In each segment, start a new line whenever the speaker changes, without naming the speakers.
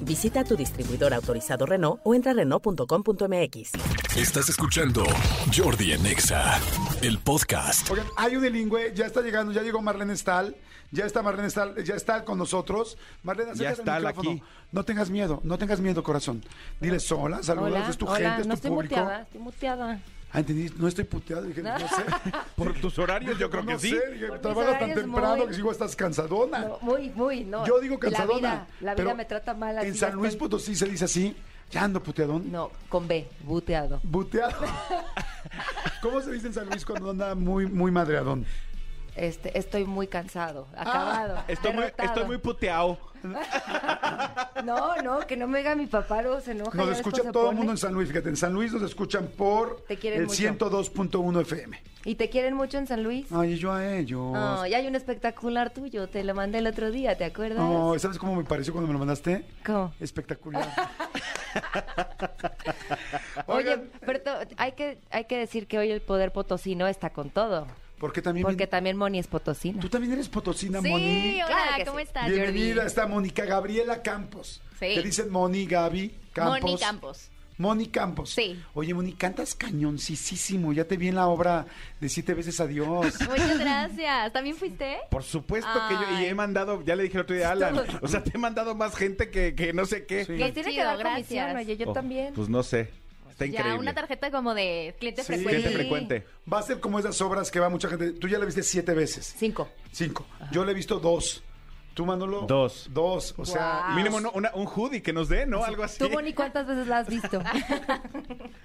Visita tu distribuidor autorizado Renault o entra a Renault.com.mx.
Estás escuchando Jordi en Exa, el podcast.
Oigan, hay unilingüe, ya está llegando, ya llegó Marlene Stahl, ya está Marlene Stahl, ya está con nosotros. Marlene,
Ya
acércate
está
al micrófono.
aquí.
No tengas miedo, no tengas miedo, corazón. Dile sola, saludos,
Hola,
es tu
hola,
gente, es tu
no estoy
público.
muteada, estoy muteada.
Ah, entendí, no estoy puteado, dije, no sé.
Por tus horarios, yo creo
no
que sí.
Sé, dije,
Por mis
trabajas tan
horarios
temprano
muy-
que digo, estás cansadona.
No, muy, muy, no.
Ah. Yo digo
La
cansadona.
vida, la vida
pero
me trata mal. así
En
ya
San Luis
estoy-
Potosí se dice así, ya ando puteadón.
No, con B, buteado.
Buteado. ¿Cómo se dice en San Luis cuando anda muy, muy madreadón?
Este, estoy muy cansado,
Ah,
acabado.
Estoy muy,
derrotado.
estoy muy puteado.
No, no, que no me diga mi papá, luego se enoja.
Nos
ya ves cómo
escucha
se
todo el
pone.
mundo en San Luis. Fíjate, en San Luis nos escuchan por
Te quieren
el
mucho.
102.1 FM.
¿Y te quieren mucho en San Luis?
Ay, yo a ellos.
No, y hay un espectacular tuyo, te lo mandé el otro día, ¿te acuerdas?
No, ¿sabes cómo me pareció cuando me lo mandaste?
¿Cómo?
Espectacular.
Oye,
Oigan,
pero to- hay que, hay que decir que hoy el poder potosino está con todo.
¿por qué también?
Porque también Moni es potosina.
Tú también eres potosina,
Sí,
Moni.
hola,
Claro que
¿cómo
sí.
estás,
Bienvenida,
Jordi?
está Mónica Gabriela Campos.
Sí.
Te dicen Moni, Gaby, Campos.
Moni Campos.
Moni Campos.
Sí.
Oye, Moni, cantas cañoncisísimo. Ya te vi en la obra de Siete veces adiós.
Muchas gracias. ¿También fuiste?
Por supuesto que yo. Y he
Ay.
mandado, ya le dije el otro día a Alan. O sea, te he mandado más gente que, que no sé qué.
Sí.
Les tiene que
Chido,
dar
oh, gracias.
comisión, oye, yo
Oh,
también.
Pues no sé. Está increíble.
Ya, una tarjeta como de cliente
Sí.
frecuente.
Gente
Sí.
frecuente.
Va a ser como esas obras que va mucha gente. Tú ya la viste siete veces.
Cinco.
Cinco. Yo le he visto dos. Tú, Manolo.
Dos.
Dos. O sea,
Guau.
Mínimo no, una- un hoodie que nos dé, ¿no? Algo así.
¿Tú, Moni, cuántas veces la has visto?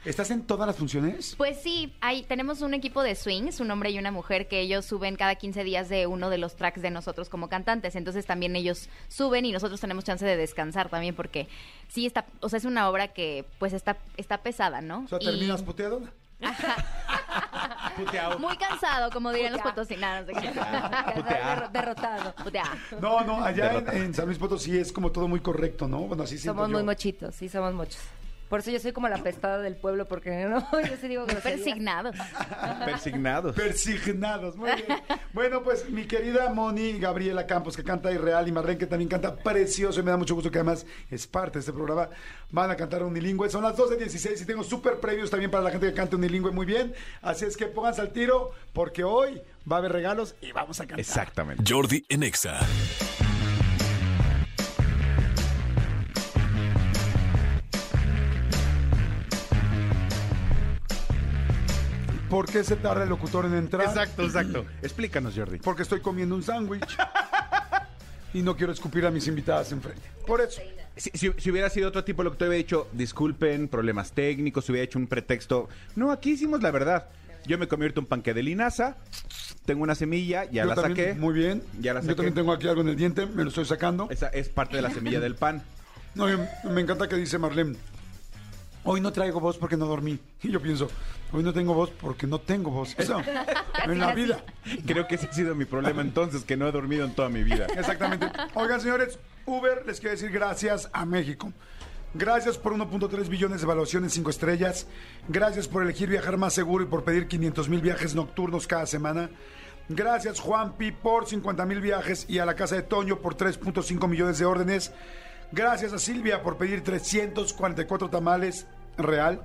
¿estás en todas las funciones?
Pues sí, ahí tenemos un equipo de swings, un hombre y una mujer que ellos suben cada 15 días de uno de los tracks de nosotros como cantantes. Entonces también ellos suben y nosotros tenemos chance de descansar también porque sí está, o sea, es una obra que pues está está pesada, ¿no?
O sea,
Y
terminas puteado.
Puteado.
muy cansado, como dirían los
Putea.
potosinanos. de que-
Quedar
Putear.
derro- derrotado.
Putea.
No, no, allá en,
Derrota.
en San Luis Potosí es como todo muy correcto, ¿no? Bueno, así siento
Somos muy
yo.
mochitos, sí, somos muchos. Por eso yo soy como la pestada del pueblo, porque no, yo sí digo groserías.
Persignados.
Persignados.
Persignados, muy bien. Bueno, pues mi querida Moni Gabriela Campos, que canta Irreal, y Marlene, que también canta precioso, y me da mucho gusto que además es parte de este programa, van a cantar unilingüe. Son las 12.16 y tengo súper previos también para la gente que canta unilingüe muy bien. Así es que pónganse al tiro, porque hoy va a haber regalos y vamos a cantar.
Exactamente.
Jordi en Exa.
¿Por qué se tarda el locutor en entrar?
Exacto, exacto. Explícanos, Jordi.
Porque estoy comiendo un sándwich y no quiero escupir a mis invitadas enfrente. Por eso.
Si, si- si hubiera sido otro tipo, lo que te hubiera dicho, disculpen, problemas técnicos, hubiera hecho un pretexto. No, aquí hicimos la verdad. Yo me comí ahorita un panque de linaza, tengo una semilla, ya
Yo
la
también,
saqué.
Muy bien.
Ya la
Yo
saqué.
también tengo aquí algo en el diente, me lo estoy sacando.
Esa es parte de la semilla del pan.
No, yo- me encanta que dice Marlene. Hoy no traigo voz porque no dormí. Y yo pienso, hoy no tengo voz porque no tengo voz. Eso, en la vida.
Creo que ese ha sido mi problema entonces, que no he dormido en toda mi vida.
Exactamente. Oigan, señores, Uber les quiero decir gracias a México. Gracias por 1.3 billones de evaluaciones 5 estrellas. Gracias por elegir viajar más seguro y por pedir 500 mil viajes nocturnos cada semana. Gracias, Juanpi, por 50 mil viajes y a la casa de Toño por 3.5 millones de órdenes. Gracias a Silvia por pedir 344 tamales real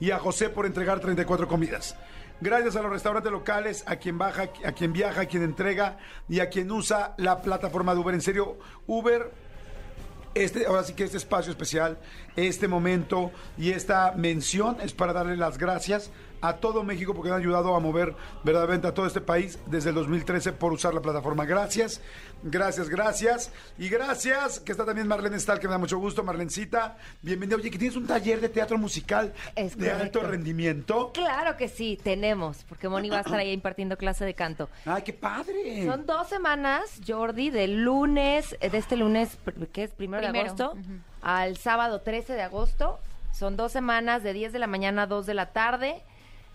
y a José por entregar 34 comidas. Gracias a los restaurantes locales, a quien baja, a quien viaja, a quien entrega y a quien usa la plataforma de Uber. En serio, Uber, este, ahora sí que este espacio especial, este momento y esta mención es para darle las gracias a todo México porque han ayudado a mover verdaderamente a todo este país desde el 2013 por usar la plataforma. Gracias, gracias, gracias. Y gracias, que está también Marlene Stahl, que me da mucho gusto, Marlencita. Bienvenida. Oye, que tienes un taller de teatro musical
Es
de alto
correcto.
rendimiento.
Claro que sí, tenemos, porque Moni va a estar ahí impartiendo clase de canto.
¡Ay, qué padre!
Son dos semanas, Jordi, de lunes, eh, de este lunes, pr- que es primero, de
Primero,
agosto,
ujú.
al sábado 13 de agosto. Son dos semanas de 10 de la mañana a 2 de la tarde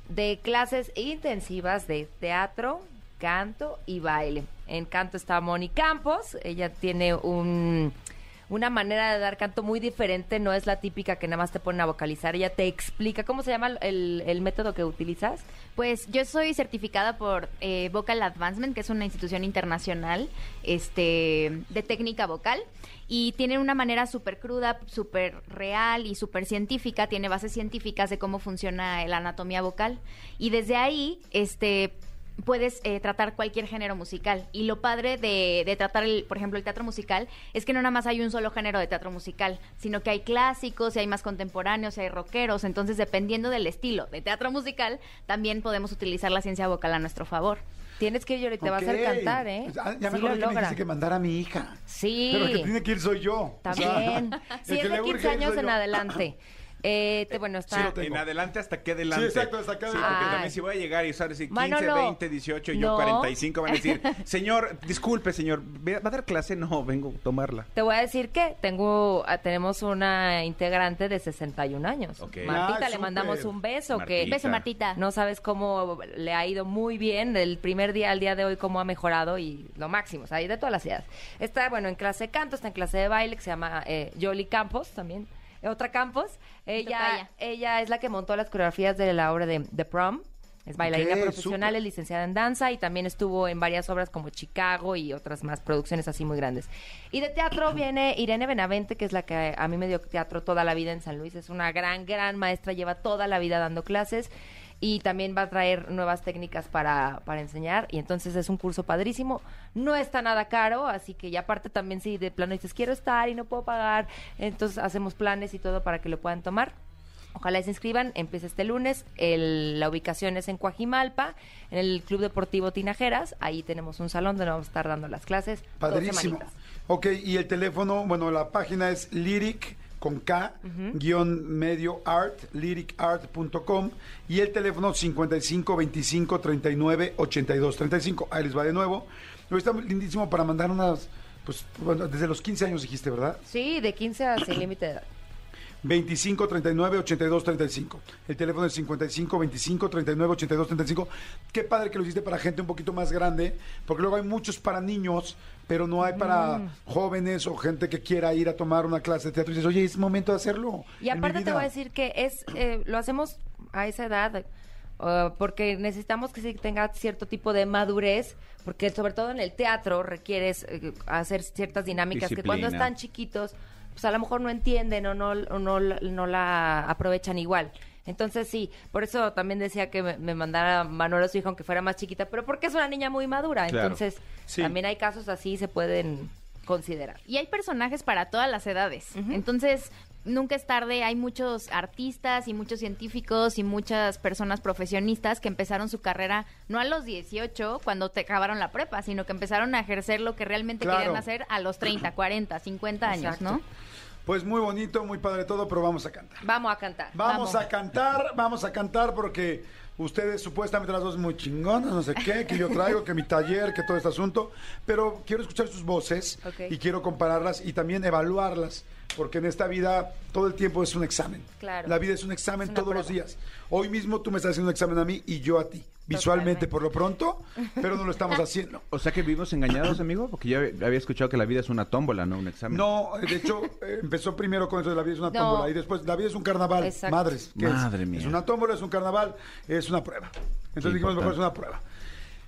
de clases intensivas de teatro, canto y baile. En canto está Moni Campos. Ella tiene un, una manera de dar canto muy diferente. No es la típica que nada más te ponen a vocalizar. Ella te explica. ¿Cómo se llama el, el método que utilizas?
Pues yo soy certificada por eh, Vocal Advancement, que es una institución internacional este, de técnica vocal. Y tienen una manera súper cruda, súper real y súper científica. Tiene bases científicas de cómo funciona la anatomía vocal. Y desde ahí, este puedes eh, tratar cualquier género musical. Y lo padre de, de tratar, el, por ejemplo, el teatro musical es que no nada más hay un solo género de teatro musical, sino que hay clásicos, y hay más contemporáneos, y hay rockeros. Entonces, dependiendo del estilo de teatro musical, también podemos utilizar la ciencia vocal a nuestro favor.
Tienes que ir y te va a hacer
Ok.
cantar, ¿eh?
Ah, Ya me
Sí lo
acordé que me
logra.
dijiste que mandara a mi hija.
Sí.
Pero el que tiene que ir soy yo. O sea,
También.
el
Si
que
es
le
de
urge ir
15 años
soy
en
yo.
adelante. Eh, te- bueno, está.
sí lo tengo.
En adelante hasta que adelante.
Sí, exacto, hasta qué
Sí,
adelante.
porque
Ay.
también si voy a llegar y usar decir 15,
Bueno, no.
20, 18 y
No.
yo 45 van a decir, señor, disculpe, señor, ¿ve- ¿va a dar clase? No, vengo a tomarla.
Te voy a decir que tengo, ah, tenemos una integrante de 61 años.
Ok.
Ah,
Martita, le
súper.
mandamos un beso que
Beso, Martita.
no sabes cómo le ha ido muy bien del primer día al día de hoy, cómo ha mejorado y lo máximo, o sea, y de todas las edades. Está, bueno, en clase de canto, está en clase de baile, que se llama eh, Yoli Campos también. eh, Otra Campos, ella,
Tocaya.
ella es la que montó las coreografías de la obra de The Prom. Es bailarina
Ok,
profesional,
súper.
es licenciada en danza y también estuvo en varias obras como Chicago y otras más producciones así muy grandes. Y de teatro viene Irene Benavente, que es la que a mí me dio teatro toda la vida en San Luis. Es una gran, gran maestra, lleva toda la vida dando clases y también va a traer nuevas técnicas para, para enseñar. Y entonces es un curso padrísimo, no está nada caro, así que y aparte también si de plano dices quiero estar y no puedo pagar, entonces hacemos planes y todo para que lo puedan tomar. Ojalá y se inscriban, empieza este lunes. El- la ubicación es en Coajimalpa, en el Club Deportivo Tinajeras. Ahí tenemos un salón donde vamos a estar dando las clases. dos
Padrísimo.
semanitas.
Ok, y el teléfono, bueno, la página es lyric con K, guión medio art, lyricart.com y el teléfono 55 25 39 82 35. Ahí les va de nuevo. Pero Está lindísimo para mandar unas, pues, bueno, desde los 15 años dijiste, ¿verdad?
Sí, de 15 a sin límite de edad.
25 39 82 35. El teléfono es 55 25 39 82 35. Qué padre que lo hiciste para gente un poquito más grande, porque luego hay muchos para niños, pero no hay para
Mm.
jóvenes o gente que quiera ir a tomar una clase de teatro y dices, oye, es momento de hacerlo.
Y
en mi
aparte te
vida".
voy a decir que es eh, lo hacemos a esa edad eh, porque necesitamos que sí tenga cierto tipo de madurez, porque sobre todo en el teatro requieres eh, hacer ciertas dinámicas que cuando
Disciplina.
están chiquitos, pues a lo mejor no entienden o no, o no, no la aprovechan igual. Entonces sí, por eso también decía que me, me mandara Manuela su hija aunque fuera más chiquita, pero porque es una niña muy madura,
Claro.
entonces
Sí.
también hay casos así se pueden considerar.
Y hay personajes para todas las edades. Entonces, nunca es tarde. Hay muchos artistas y muchos científicos y muchas personas profesionistas que empezaron su carrera no a los 18, cuando te acabaron la prepa, sino que empezaron a ejercer lo que realmente
Claro.
querían hacer a los 30, 40, 50 años,
Exacto.
¿no?
Pues muy bonito, muy padre todo, pero vamos a cantar.
Vamos a cantar.
Vamos, a cantar, vamos a cantar porque ustedes supuestamente las dos muy chingonas, no sé qué, que yo traigo, que mi taller, que todo este asunto, pero quiero escuchar sus voces
Ok.
y quiero compararlas y también evaluarlas, porque en esta vida todo el tiempo es un examen.
Claro.
La vida es un examen
Es una
todos los
prueba.
días. Hoy mismo tú me estás haciendo un examen a mí y yo a ti, visualmente
Totalmente.
por lo pronto, pero no lo estamos haciendo.
O sea que vivimos engañados, amigo, porque yo había escuchado que la vida es una tómbola, no un examen.
No, de hecho, eh, empezó primero con eso de la vida es una
No.
tómbola y después la vida es un carnaval.
Exacto.
Madres. ¿qué
Madre
es?
mía.
Es una tómbola, es un carnaval, es una prueba. Entonces
Qué
dijimos, mejor
importante.
es una prueba.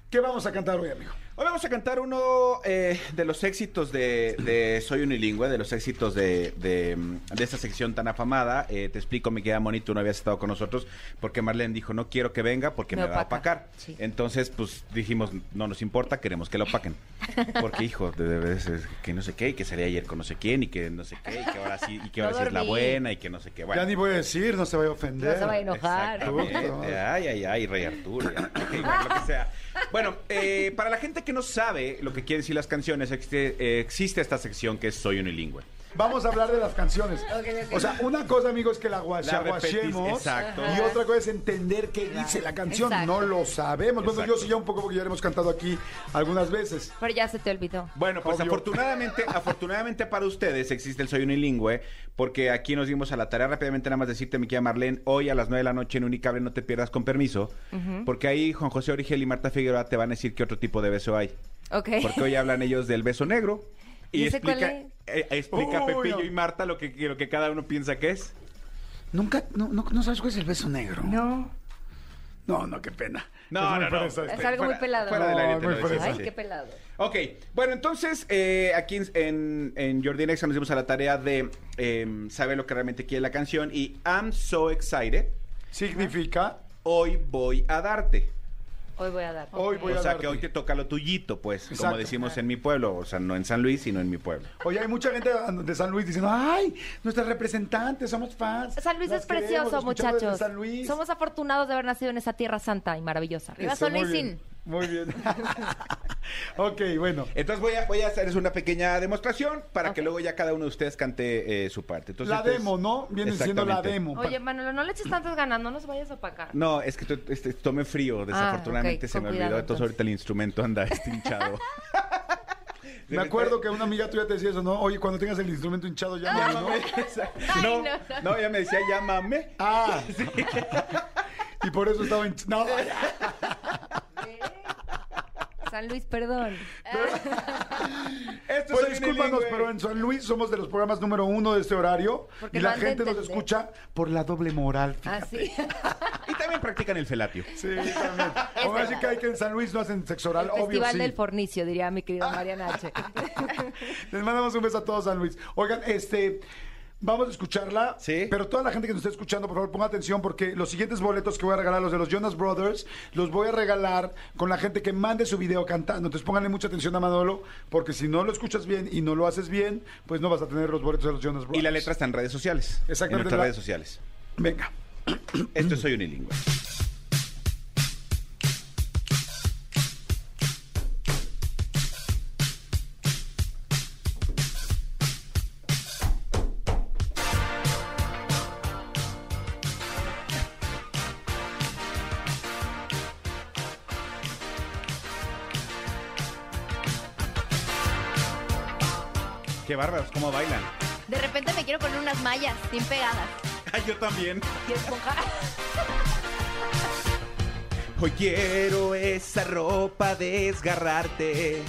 ¿Qué vamos a cantar hoy, amigo?
Hoy vamos a cantar uno eh, de los éxitos de, de Soy Unilingüe, de los éxitos de, de, mm, de esta sección tan afamada. Eh, te explico, mi querida Moni, tú no habías estado con nosotros porque Marlene dijo, no quiero que venga porque me,
Me
va a
opaca.
opacar.
Sí.
Entonces, pues dijimos, no nos importa, queremos que la opaquen. Porque, hijo, de, de veces que no sé qué, y que salí ayer con no sé quién, y que no sé qué, y que ahora sí, y que
No
ahora sí es la
dormí.
buena, y que no sé qué. Bueno,
Ya ni voy a decir, no se vaya a ofender.
No se vaya a enojar.
Exactamente.
Puta madre.
Este, Ay, ay, ay, Rey Arturo. ya. Ok, bueno, lo que sea. Bueno, eh, para la gente que no sabe lo que quieren decir las canciones, existe, eh, existe esta sección que es Soy Unilingüe.
Vamos a hablar de las canciones.
Ok, ok.
O sea, una cosa, amigos, es que la
repetis-
guachaguachemos.
exacto.
Y otra cosa es entender qué dice la canción.
Exacto.
No lo sabemos. Bueno, yo
Exacto.
sí ya un poco porque ya lo hemos cantado aquí algunas veces.
Pero ya se te olvidó.
Bueno, pues
Obvio.
afortunadamente, afortunadamente para ustedes existe el Soy Unilingüe, porque aquí nos dimos a la tarea rápidamente, nada más decirte, mi querida Marlene, hoy a las 9 de la noche en Unicable no te pierdas con permiso, porque ahí Juan José Origel y Marta Figueroa te van a decir qué otro tipo de beso hay.
Ok.
Porque hoy hablan ellos del beso negro. Y,
¿Y ese
explica,
cuál
eh, explica
Uy,
Pepillo
no.
y Marta lo que, lo que cada uno piensa que es.
Nunca, no, no, no sabes cuál es el beso negro.
No.
no, no, qué pena.
No,
muy
no, no.
fresa esta.
Es algo muy
este, Fuera-
pelado.
fuera del aire te
No,
lo
muy
decía,
Ay,
fresa.
sí.
qué pelado.
Ok, bueno, entonces eh, aquí en, en, en Jordi Nexa nos dimos a la tarea de em, saber lo que realmente quiere la canción y I'm so excited,
Significa.
hoy voy a darte.
Hoy voy a dar.
Hoy voy
o
a
sea,
darte.
que hoy te toca lo tuyito, pues,
Exacto.
como decimos en mi pueblo, o sea, no en San Luis, sino en mi pueblo.
Oye, hay mucha gente de San Luis diciendo, ay, nuestras representantes, somos fans.
San Luis
Las
es
queremos,
precioso,
las escuchamos desde
muchachos.
San Luis.
Somos afortunados de haber nacido en esa tierra santa y maravillosa.
Arriba
Eso,
San
muy
Luisín.
bien, Muy bien. ok, bueno.
Entonces voy a, voy a hacerles una pequeña demostración para que luego ya cada uno de ustedes cante eh, su parte. Entonces,
la
ustedes-
demo, ¿no? Viene siendo la
Exactamente.
demo.
Oye, Manolo, no le eches tantas ganas, no nos vayas a opacar.
No, es que to- este, tomé frío, desafortunadamente
ok,
se
con
me
cuidado,
olvidó. Entonces
entonces.
ahorita el instrumento anda este hinchado.
Me acuerdo que una amiga tuya te decía eso, ¿no? Oye, cuando tengas el instrumento hinchado, ya ¿no?
no,
no, no.
no, ella me decía, llámame.
Ah, y por eso estaba hinchado. No,
¿Eh? San Luis, perdón.
Esto
pues
soy
discúlpanos,
unilingüe.
pero en San Luis somos de los programas número uno de este horario.
Porque
y
lo
la
han de
gente nos
entender.
escucha por la doble moral. fíjate.
Así.
Y también practican el felatio.
Sí, también. Ahora sí
verdad.
que hay que en San Luis no hacen sexo oral,
El
obvio
Festival
sí.
del Fornicio, diría mi querido Mariana H.
Les mandamos un beso a todos, San Luis. Oigan, este. Vamos a escucharla.
Sí.
Pero toda la gente que nos está escuchando, por favor, ponga atención porque los siguientes boletos que voy a regalar, los de los Jonas Brothers, los voy a regalar con la gente que mande su video cantando. Entonces pónganle mucha atención a Manolo porque si no lo escuchas bien y no lo haces bien, pues no vas a tener los boletos de los Jonas Brothers.
Y la letra está en redes sociales.
Exactamente,
En nuestras
la-
redes sociales.
Venga.
Esto es Soy Unilingüe. Qué bárbaros, cómo bailan.
De repente me quiero poner unas mallas bien pegadas.
Ay, yo también.
Y esponja.
Hoy quiero esa ropa desgarrarte.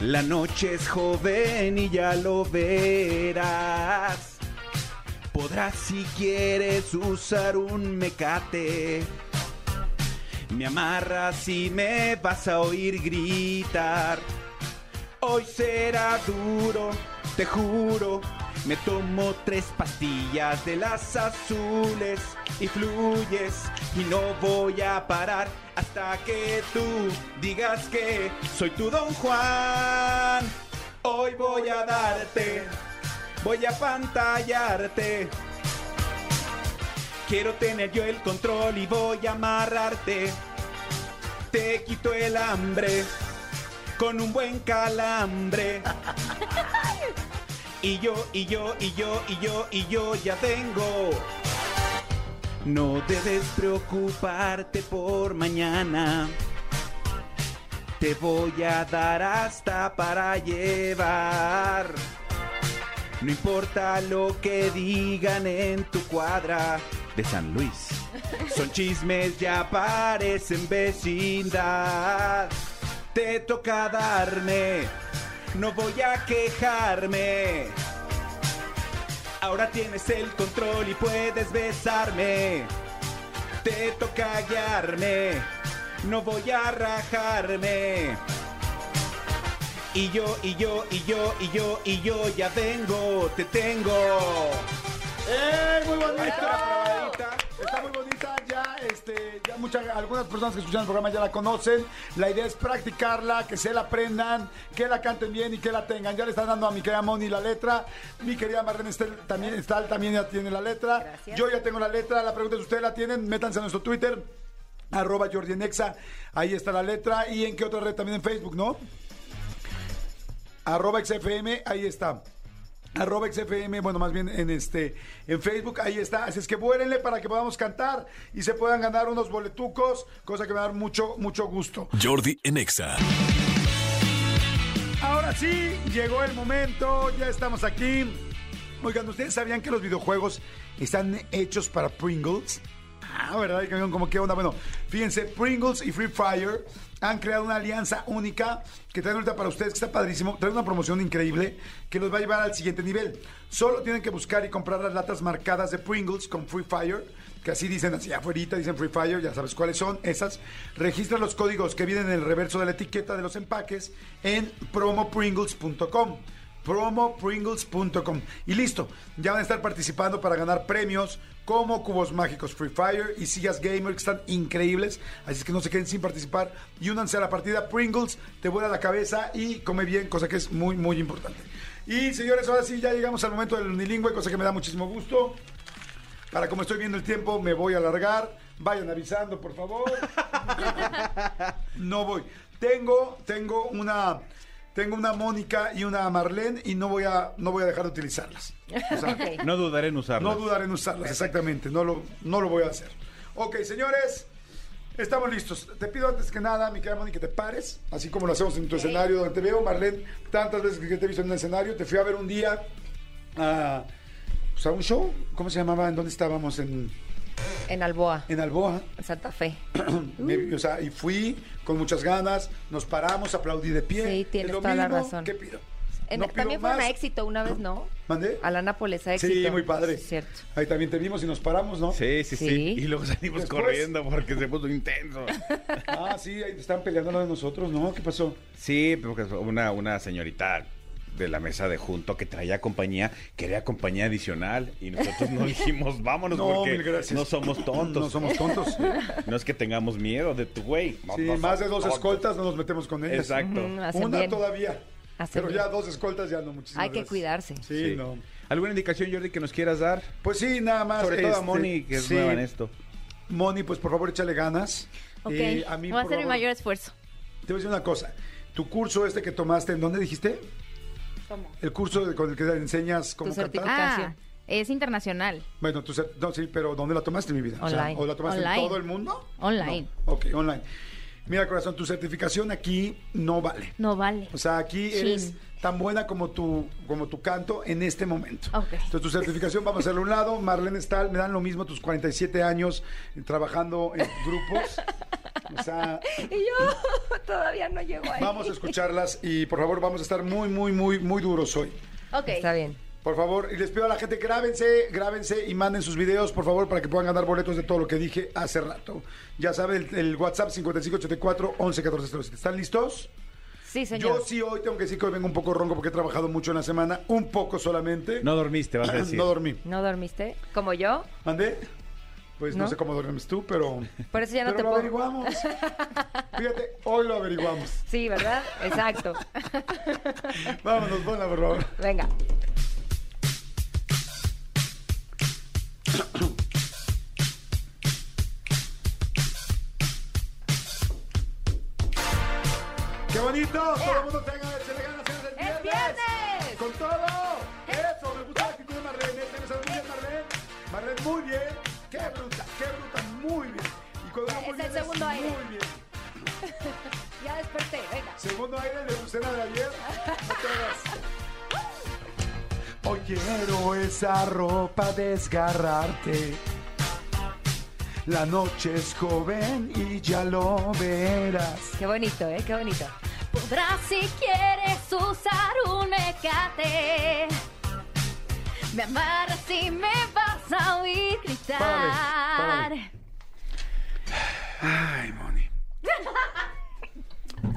La noche es joven y ya lo verás. Podrás si quieres usar un mecate. Me amarras y me vas a oír gritar. Hoy será duro, te juro. Me tomo tres pastillas de las azules y fluyes y no voy a parar hasta que tú digas que soy tu Don Juan. Hoy voy a darte, voy a pantallarte. Quiero tener yo el control y voy a amarrarte. Te quito el hambre con un buen calambre. Y yo, y yo, y yo, y yo, y yo ya tengo. No debes preocuparte por mañana. Te voy a dar hasta para llevar. No importa lo que digan en tu cuadra de San Luis. Son chismes, ya parecen vecindad. Te toca darme, no voy a quejarme. Ahora tienes el control y puedes besarme. Te toca guiarme, no voy a rajarme. Y yo, y yo, y yo, y yo, y yo ya vengo, te tengo.
¡Eh! Muy
Ahí está la
bonita.
probadita.
Está muy bonita, ya, este, ya muchas, algunas personas que escuchan el programa ya la conocen. La idea es practicarla, que se la aprendan, que la canten bien y que la tengan. Ya le están dando a mi querida Moni la letra. Mi querida Marlene Estel también está, también ya tiene la letra.
Gracias.
Yo ya tengo la letra. La pregunta es, ¿ustedes la tienen? Métanse a nuestro Twitter, arroba Jordi en Exa. Ahí está la letra. ¿Y en qué otra red? También en Facebook, ¿no? Arroba XFM, ahí está. Arroba XFM, bueno, más bien en este en Facebook, ahí está. Así es que vuérenle para que podamos cantar y se puedan ganar unos boletucos, cosa que me va a dar mucho, mucho gusto.
Jordi en Exa.
Ahora sí, llegó el momento, ya estamos aquí. Oigan, ¿ustedes sabían que los videojuegos están hechos para Pringles? Ah, ¿verdad? Y cabrón, ¿Cómo qué onda? Bueno, fíjense, Pringles y Free Fire han creado una alianza única que traen ahorita para ustedes, que está padrísimo. Traen una promoción increíble que los va a llevar al siguiente nivel. Solo tienen que buscar y comprar las latas marcadas de Pringles con Free Fire que así dicen así afuera, dicen Free Fire, ya sabes cuáles son esas. Registra los códigos que vienen en el reverso de la etiqueta de los empaques en promopringles.com promopringles.com y listo, ya van a estar participando para ganar premios como Cubos Mágicos Free Fire y Sillas Gamer que están increíbles, así es que no se queden sin participar y únanse a la partida Pringles, te vuela la cabeza y come bien, cosa que es muy muy importante. Y señores, ahora sí ya llegamos al momento del unilingüe, cosa que me da muchísimo gusto. Para como estoy viendo el tiempo, me voy a alargar. Vayan avisando, por favor. no voy. Tengo, tengo una, tengo una Mónica y una Marlene y no voy a, no voy a dejar de utilizarlas. O sea,
Ok.
No dudaré en usarlo.
no dudaré en usarlas, exactamente. No lo, no lo voy a hacer. Ok, señores. Estamos listos. Te pido antes que nada, mi querida Mónica, que te pares, así como lo hacemos en tu escenario donde te veo. Marlene, tantas veces que te he visto en un escenario, te fui a ver un día a, pues, a un show. ¿Cómo se llamaba? ¿En dónde estábamos? En,
En Alboa,
en Alboa.
Santa Fe.
Me- o sea, y fui con muchas ganas, nos paramos, aplaudí de pie.
Sí, tienes toda la razón.
¿Qué pido?
En-
No pido
también fueron
más.
a éxito una vez, ¿no?
¿Mandé?
A la Nápoles, a éxito.
Sí, muy padre.
Sí, cierto.
Ahí también te vimos y nos paramos, ¿no?
Sí, sí, sí,
Sí.
Y luego salimos
Después-
corriendo porque se puso intenso.
Ah, sí, ahí están peleando lo de nosotros, ¿no? ¿Qué pasó?
Sí, porque una, una señorita de la mesa de junto que traía compañía, quería compañía adicional y nosotros no dijimos vámonos
No,
porque
mil gracias.
no somos tontos.
No somos tontos.
No es que tengamos miedo de tu güey. No,
Sí,
no
más de
somos
dos
tontos.
escoltas no nos metemos con ellas.
Exacto.
Ujú, Mm, hacen
Una
bien.
todavía.
Hacen
pero
bien.
ya dos escoltas ya no, muchísimas
Hay que
gracias.
cuidarse.
Sí, no.
¿Alguna indicación, Jordi, que nos quieras dar?
Pues sí, nada más.
Sobre todo a
este,
Moni, que es
sí,
nueva en esto.
Moni, pues por favor échale ganas.
Ok,
Eh, a mí,
voy a
por
hacer mi
favor,
mayor esfuerzo.
Te voy a decir una cosa. Tu curso este que tomaste, ¿en dónde dijiste? El curso de- con el que te enseñas cómo
Tu
cantar.
certificado.
Ah,
Educación.
es internacional.
Bueno, tú cer- no, sí, pero ¿dónde la tomaste, mi vida? O, sea,
Online.
¿o la tomaste en
Online.
todo el mundo?
Online.
No. Ok, online. Mira, corazón, tu certificación aquí no vale.
No vale.
O sea, aquí
Chin.
eres tan buena como tu, como tu canto en este momento.
Ok.
Entonces, tu certificación vamos a hacerlo a un lado. Marlene Stahl, me dan lo mismo tus 47 años eh, trabajando en grupos. O sea,
Y yo todavía no llego ahí.
vamos a escucharlas y por favor vamos a estar muy, muy, muy, muy duros hoy.
Ok.
Está bien.
Por favor, y les pido a la gente, grábense, grábense y manden sus videos, por favor, para que puedan ganar boletos de todo lo que dije hace rato. Ya saben, el, el WhatsApp 5584-111407. ¿Están listos?
Sí, señor.
Yo sí hoy tengo que decir que hoy vengo un poco ronco porque he trabajado mucho en la semana, un poco solamente.
No dormiste, vas a decir.
No dormí.
¿No dormiste? ¿Como yo?
¿Mandé? Pues no,
¿No?
sé cómo dormís tú, pero...
Por eso ya no
pero
te
lo
puedo-
averiguamos. Fíjate, hoy lo averiguamos.
Sí, ¿verdad? Exacto.
Vámonos, ponla, por favor.
Venga.
¡Qué bonito! Todo el mundo tenga, se le gana, se le gana el
¡Es viernes!
¡Con todo! ¡Eso! Me gusta la actitud de Marlene. Este me salió muy bien, Marlene. Marlene, muy bien. ¡Qué bruta! ¡Qué bruta! Muy bien. Y cuando digo
Es
muy
el
bien,
segundo
muy
aire.
bien.
Ya desperté, venga.
Segundo aire de Lucena de ayer. No te hagas. Hoy quiero esa ropa desgarrarte. La noche es joven y ya lo verás.
Qué bonito, ¿eh? Qué bonito.
Podrás si quieres usar un mecate. Me amarras y me vas a oír gritar.
Párale, Ay, Moni.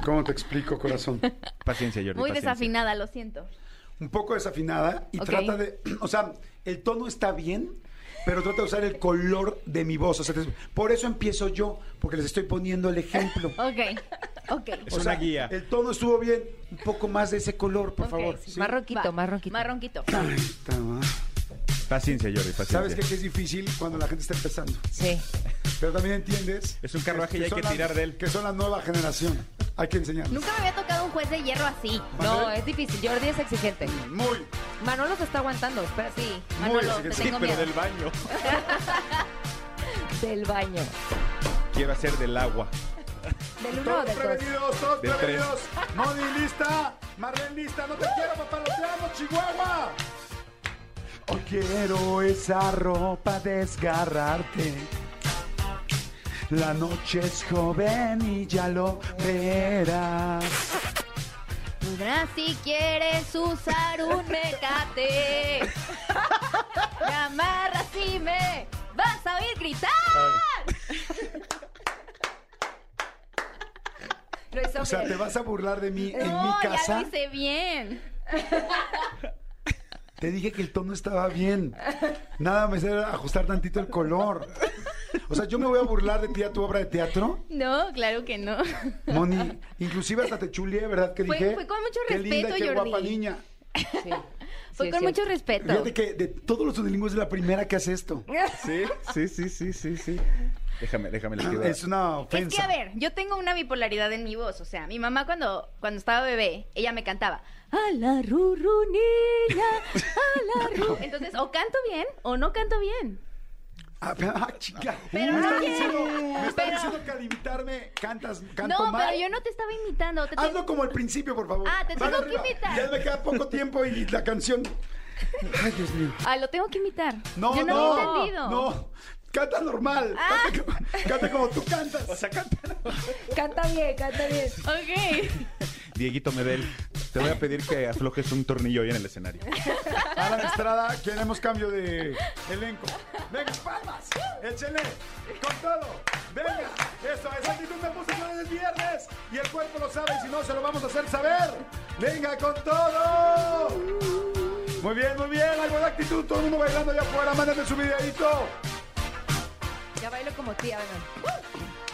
¿Cómo te explico, corazón?
Paciencia, Jordi.
Muy
paciencia.
desafinada, lo siento.
Un poco desafinada y
Ok.
trata de. O sea, el tono está bien, pero trata de usar el color de mi voz. O sea, te- por eso empiezo yo, porque les estoy poniendo el ejemplo.
Ok, ok.
Es una guía.
El tono estuvo bien, un poco más de ese color, por
Ok,
favor.
sí.
¿sí?
Más ronquito,
Va,
más ronquito.
Más ronquito.
Ay, ta madre.
Paciencia, Jordi, paciencia.
Sabes que, que es difícil cuando la gente está empezando,
Sí.
pero también entiendes.
Es un carruaje y hay
son
que
la-
tirar de él.
Que son la nueva generación. Hay que enseñarles.
Nunca me había tocado un juez de hierro así.
No, es difícil. Jordi es exigente.
Muy.
Manolo se está aguantando, espera.
Sí,
Muy
Manolo,
bien,
te
sí,
tengo
pero
miedo.
del baño.
Del baño.
Quiero hacer del agua.
Del uno o
Todos
del dos.
prevenidos, todos
Del tres.
prevenidos. Moni, lista. Marlene, lista. No te quiero, papá, lo amo, Chihuahua. Hoy quiero esa ropa desgarrarte. La noche es joven y ya lo verás.
Podrás si quieres usar un mecate. Me amarras y me vas a oír gritar.
Lo hizo
O sea,
bien.
te vas a burlar de mí en mi
No, ya
casa.
lo hice bien.
Te dije que el tono estaba bien. Nada me hace ajustar tantito el color. O sea, yo me voy a burlar de ti a tu obra de teatro.
No, claro que no.
Moni, inclusive hasta te chulié, ¿verdad? Que
Fue-
dije.
fue con mucho
qué linda y
respeto,
qué
Jordi".
guapa niña.
Sí.
Fue
Sí, es
con mucho
cierto.
respeto.
Fíjate que de todos los unilingües es la primera que hace esto.
Sí, sí, sí, sí, sí, sí. Déjame, déjame la
Ah, Es una
Es
ofensa.
que, a ver, yo tengo una bipolaridad en mi voz. O sea, mi mamá cuando, cuando estaba bebé, ella me cantaba. A la ruru niña, a la ru. Entonces, o canto bien o no canto bien.
Ah, pero- ah, chica.
Pero
me
no
estás
quiero.
diciendo, me estás
Pero-
diciendo que al imitarme cantas, canto
No,
mal. Ah,
pero yo no te estaba imitando. Te
Hazlo
te-
como al principio, por favor.
Ah, te
Vas
tengo que
arriba.
imitar.
Ya me queda poco tiempo y la canción. Ay, Dios mío.
Ah, lo tengo que imitar.
No,
yo no,
no,
lo he entendido. Ah.
no. Canta normal. Canta, como- canta como tú cantas.
O sea, canta.
Canta bien, canta bien.
Ok.
Dieguito Medel, te voy a pedir que aflojes un tornillo hoy en el escenario.
Alan Estrada, queremos cambio de elenco. Venga, palmas, échele, con todo. Venga, eso, esa actitud me puso yo el viernes y el cuerpo lo sabe y si no se lo vamos a hacer saber. Venga, con todo. Muy bien, muy bien, algo de actitud, todo el mundo bailando allá afuera, mándenme su videito.
Ya bailo como tía, bueno.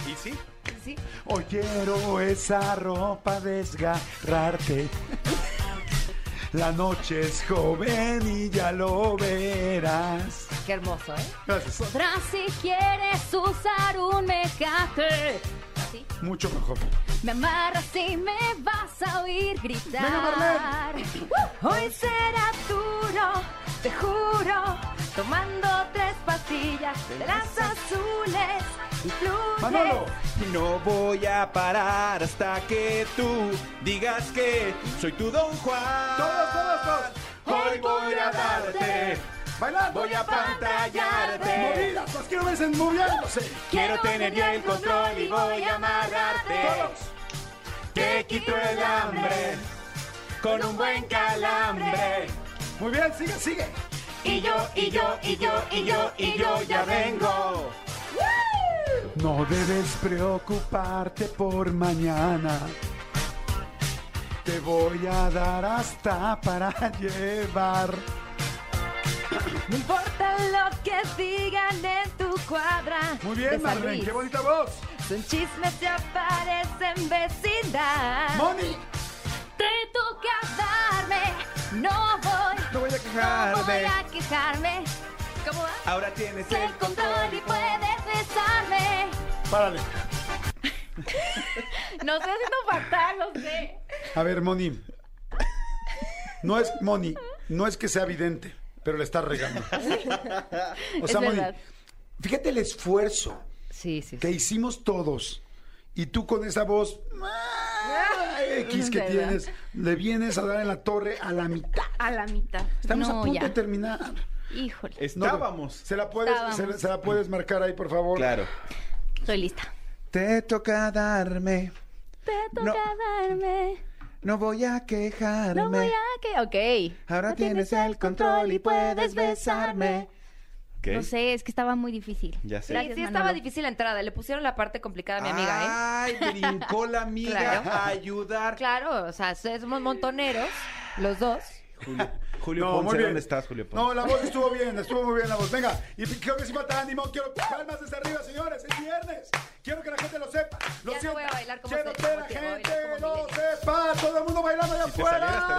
¿Y sí?
Sí.
Hoy quiero esa ropa desgarrarte. La noche es joven y ya lo verás.
Qué hermoso, ¿eh?
Gracias.
Podrás si quieres usar un mecate. Así.
Mucho mejor.
Me amarras y me vas a oír gritar.
Venga, Marlene.
Uh, Hoy será duro, te juro. Tomando tres pastillas de las azules y flores.
Manolo.
No voy a parar hasta que tú digas que soy tu Don Juan.
Todos, todos, todos.
Hoy voy a darte.
Bailar,
Voy a pantallarte.
Movidas, las quiero ver en- moviéndose.
Quiero tener ya el control y voy a amarrarte.
Todos.
Te quito el hambre con un buen calambre.
Muy bien, sigue, sigue.
Y yo, y yo, y yo, y yo, y yo ya vengo.
No debes preocuparte por mañana. Te voy a dar hasta para llevar.
No importa lo que digan en tu cuadra.
Muy
de
bien,
San
Marlene,
Luis.
qué bonita voz.
Son chismes que aparecen vecindad.
Moni,
Te toca darme, no voy,
No voy a
no voy
quejarme.
a quejarme. ¿Cómo va?
Ah,
Ahora tienes
el control y puedes besarme.
párale.
No estoy haciendo fatal, lo sé.
A ver, Moni. No es, Moni, no es que sea vidente, pero le está regando. O
Es
sea, Moni,
verdad.
fíjate el esfuerzo
Sí, sí.
que hicimos todos. Y tú con esa voz ah, X que
Es verdad.
tienes, le vienes a dar en la torre a la mitad.
A la mitad.
Estamos
no,
a punto
ya.
de terminar.
Híjole,
No,
Estábamos.
se la puedes,
Estábamos.
se la- se la puedes marcar ahí, por favor.
Claro.
estoy lista.
Te toca darme.
Te toca
No.
darme,
No voy a quejarme.
no voy a que... Ok.
Ahora
No
tienes el control y puedes besarme.
No sé, es que estaba muy difícil.
Ya sé.
Sí, sí estaba difícil la entrada. Le pusieron la parte complicada a mi amiga, ¿eh?
Ay, brincó la amiga
Claro.
a ayudar.
Claro, o sea, somos montoneros, los dos.
Julio, Julio
No,
Ponce,
muy bien.
¿dónde estás, Julio Ponce?
No, la voz estuvo bien, estuvo muy bien la voz. Venga, y creo que sí falta ánimo. Quiero palmas desde arriba, señores. Es viernes. Quiero que la gente lo sepa. Lo
Ya no
sienta.
voy a bailar como
Quiero
se-
que
como
la
te- voy a
gente
bailar como
lo
millennial.
sepa. Todo el mundo bailando allá
Si te
afuera.
salieras,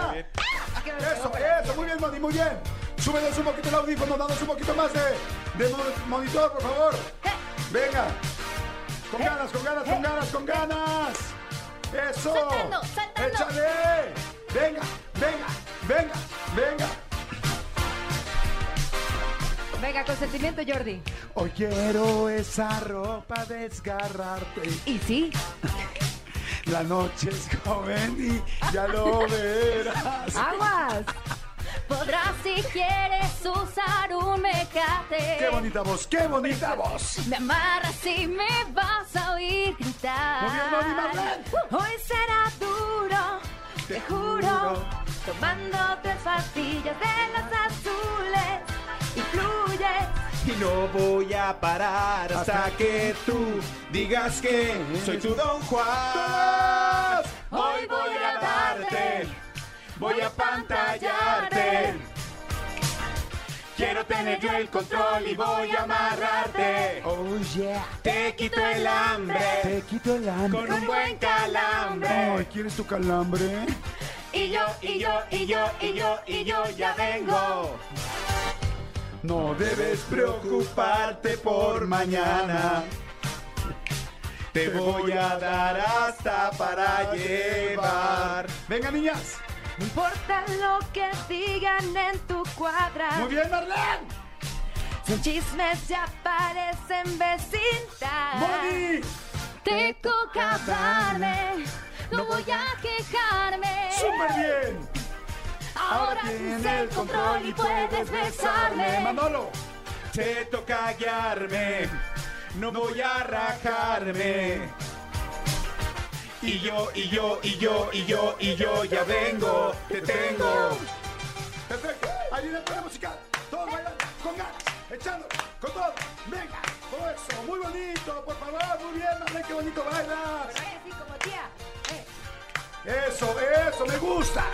estaría bien.
Eso, eso, muy bien, Moni, muy bien. Súbenos un poquito el audífono, danos un poquito más de, de mon- monitor, por favor. Venga. Con ganas, con ganas, con ganas, con ganas. Eso.
Saltando, saltando.
Échale. Venga, venga, venga, venga,
Venga, consentimiento, Jordi.
Hoy quiero esa ropa desgarrarte.
Y sí,
La noche es joven y ya lo verás.
aguas.
Podrás si quieres usar un mecate.
¡Qué bonita voz! ¡Qué bonita voz!
Me amarras y me vas a oír
Muy bien, Moni Marlene.
gritar. Hoy será duro, te juro. Tomando tres pastillas de las azules y fluyes.
Y no voy a parar hasta que tú digas que soy tu Don Juan. Hoy voy a darte, voy a pantallarte. Quiero tener yo el control y voy a amarrarte.
¡Oh, yeah!
Te quito el hambre
Te quito el hambre.
con un buen
Ay,
calambre.
¿quieres tu calambre?
Y yo, y yo, y yo, y yo, y yo ya vengo.
No
Debes preocuparte por mañana. Te voy a dar hasta para llevar.
Venga, niñas.
No importa lo que digan en tu
Muy
cuadra,
bien, Marlene.
sus chismes ya parecen vecindad.
Moni.
Te toca darme, no voy a quejarme.
Súper bien.
Ahora tienes el control y puedes besarme.
Manolo.
Te toca guiarme. No voy a rajarme. Y yo, y yo, y yo, y yo, y yo ya vengo. Te tengo.
Perfecto. Ayuda con la música. Todos bailando. Con ganas. Echando. Con todo. Venga. Todo eso. Muy bonito. Por favor. Muy bien, Marlene. Qué bonito bailas.
Así como tía.
eh,
Eso, eso. Me gusta.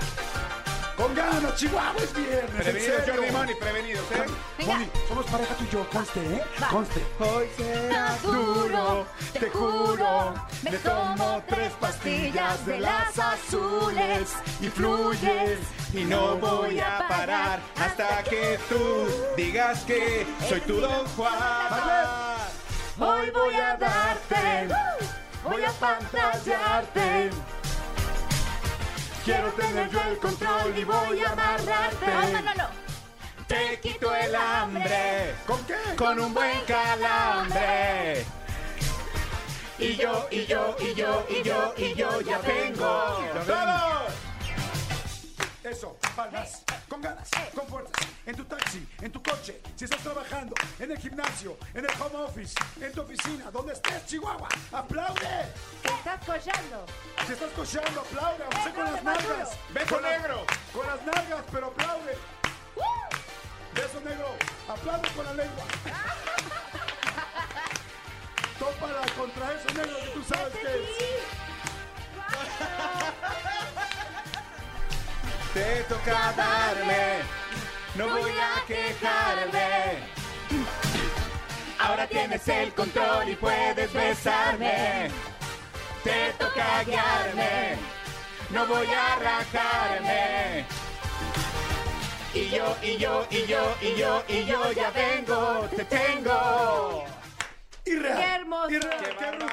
Con ganas, Chihuahua es viernes. en
Prevenidos,
serio.
Jordi Money, prevenidos, ¿eh?
Moni, somos pareja tú y yo, conste, ¿eh? Conste.
Hoy será
Duro, te juro, me tomo tres pastillas de las azules y fluyes.
Y no voy a parar hasta que tú digas que soy tu Don Juan.
Hoy voy a darte, uh, voy a pantallarte. Quiero tener yo el control y voy a amarrarte.
Ay, Manolo,
Te quito el hambre
¿Con qué?
con un buen calambre. Y yo, y yo, y yo, y yo, y yo ya vengo. ¡Vamos!
Eso, palmas, con ganas, con fuerza, en tu taxi, en tu coche, si estás trabajando, en el gimnasio, en el home office, en tu oficina, donde estés, Chihuahua, aplaude.
Estás collando.
Si estás cocheando, aplaude, aunque sea con las nalgas.
¡Beso negro!
Con las nalgas, pero aplaude. Beso negro, aplaude con la lengua. Tópala contra eso negro que tú sabes que es.
Te toca darme, no voy a quejarme. Ahora tienes el control y puedes besarme. Te toca guiarme, no voy a rajarme. Y yo, y yo, y yo, y yo, y yo ya vengo, te tengo.
Irreal.
¡Qué hermoso!
Irreal, qué rico.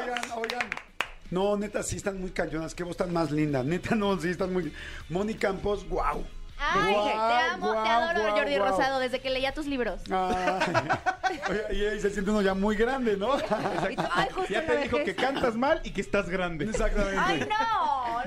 Oigan, oigan. No, neta, sí están muy cañonas. Qué voz tan más linda. Neta, no, sí están muy. Moni Campos, wow.
Ay, te amo, te adoro, Jordi Rosado, desde que leía tus libros.
y ahí se siente uno ya muy grande, ¿no?
Ay, justo
Ya
la
te dijo que
vejez.
cantas mal y que estás grande.
Exactamente.
Ay,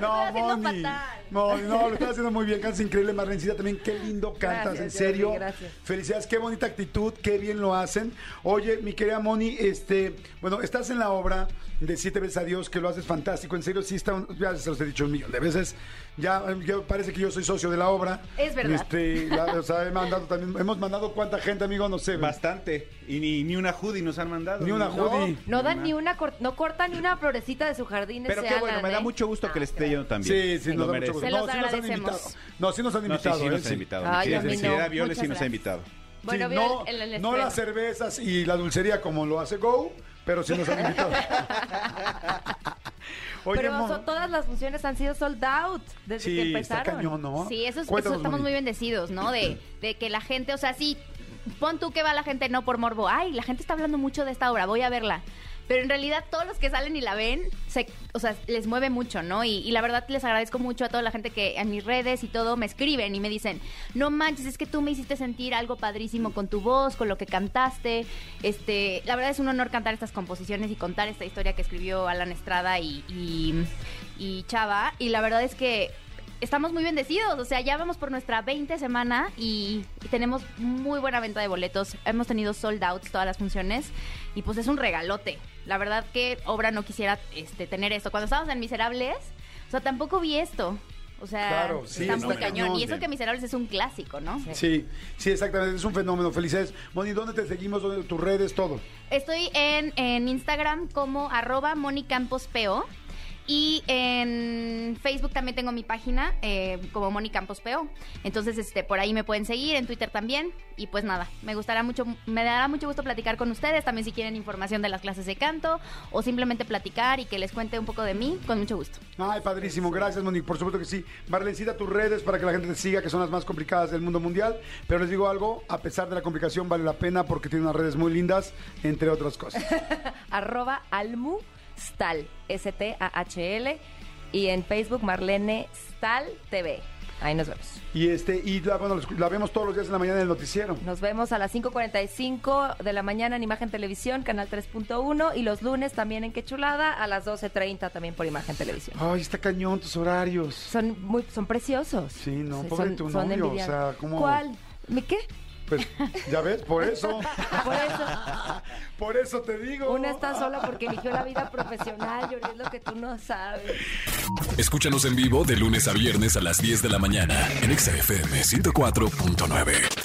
no, lo
No,
estoy haciendo
Moni.
fatal.
No, no, lo estás haciendo muy bien. Cantas increíble, Marlencita. También qué lindo cantas,
Gracias,
en serio.
Jordi, gracias.
Felicidades, qué bonita actitud, qué bien lo hacen. Oye, mi querida Moni, este, bueno, estás en la obra de Siete veces a Dios, que lo haces fantástico. En serio, sí está, un- ya se los he dicho un millón de veces. Ya, eh, ya parece que yo soy socio de la obra.
Es verdad.
Este, la- o sea, he mandado también, hemos mandado cuánta gente, amigo, no sé.
Bastante. Y ni, ni una hoodie nos han mandado.
Ni una hoodie.
No dan ni una, cor- no cortan ni una florecita de su jardín.
Pero
ese
qué bueno,
Alan,
me da
¿eh?
mucho gusto
Ah,
que les esté
gracias.
yendo tan
Sí,
bien.
sí,
Lo
nos da mucho
merece.
gusto.
Se
No,
los
sí nos han
agradecemos.
invitado. No, sí nos han
No,
invitado.
sí, sí,
¿eh?
nos han
Sí.
invitado.
Ay,
Sí,
a mí
sí,
no.
sí, era Viola,
Muchas
sí nos ha
gracias.
invitado.
Bueno,
Sí,
vio
no,
el, el- el
no las
estreno.
cervezas y la dulcería como lo hace Go, pero sí nos han invitado. Oye,
Pero
Mo-
son- todas las funciones han sido sold out desde que
sí, está
empezaron.
cañón, ¿no?
Sí, eso, es- eso
Cuéntanos,
estamos
Moni.
muy bendecidos, ¿no? De, de que la gente, o sea, sí, pon tú que va la gente no por morbo. Ay, la gente está hablando mucho de esta obra, voy a verla. Pero en realidad todos los que salen y la ven, se, o sea, les mueve mucho, ¿no? Y, y la verdad les agradezco mucho a toda la gente que en mis redes y todo me escriben y me dicen, no manches, es que tú me hiciste sentir algo padrísimo con tu voz, con lo que cantaste. Este, la verdad es un honor cantar estas composiciones y contar esta historia que escribió Alan Estrada y, y, y Chava. Y la verdad es que estamos muy bendecidos. O sea, ya vamos por nuestra 20 semana y, y tenemos muy buena venta de boletos. Hemos tenido sold outs todas las funciones y pues es un regalote. La verdad que obra no quisiera este, tener esto. Cuando estábamos en Miserables, o sea, tampoco vi esto. O sea,
Claro, sí,
está
está
muy
cañón.
cañón. Y eso que Miserables es un clásico, ¿no?
Sí, sí, exactamente. Es un fenómeno. Felicidades. Moni, ¿dónde te seguimos? ¿Dónde tus redes? Todo.
Estoy en, en Instagram como arroba monicampospeo. Y en Facebook también tengo mi página eh, como Moni Campos Peo. Entonces, este, por ahí me pueden seguir, en Twitter también. Y pues nada, me gustará mucho, me dará mucho gusto platicar con ustedes. También si quieren información de las clases de canto o simplemente platicar y que les cuente un poco de mí, con mucho gusto.
Ay, padrísimo. Gracias, Moni. Por supuesto que sí. Marlencita, tus redes para que la gente te siga, que son las más complicadas del mundo mundial. Pero les digo algo, a pesar de la complicación, vale la pena porque tiene unas redes muy lindas, entre otras cosas.
Arroba Almu Stal, S-T-A-H-L. Y en Facebook, Marlene Stal TV. Ahí nos vemos.
Y este, y la, bueno, la vemos todos los días en la mañana en el noticiero.
Nos vemos a las 5.45 de la mañana en Imagen Televisión, Canal 3.1. Y los lunes también en Quechulada, a las 12.30 también por Imagen Televisión.
Ay, está cañón tus horarios.
Son muy, son preciosos.
Sí, no,
Sí,
pobre
son-
tu
son
novio, o
envidiables.
sea, ¿cómo?
¿Cuál? ¿Mi qué?
Pues, ya ves, por eso.
Por eso,
Por eso te digo.
una está sola porque eligió la vida profesional, yo es lo que tú no sabes.
Escúchanos en vivo de lunes a viernes a las 10 de la mañana en Exa FM 104.9.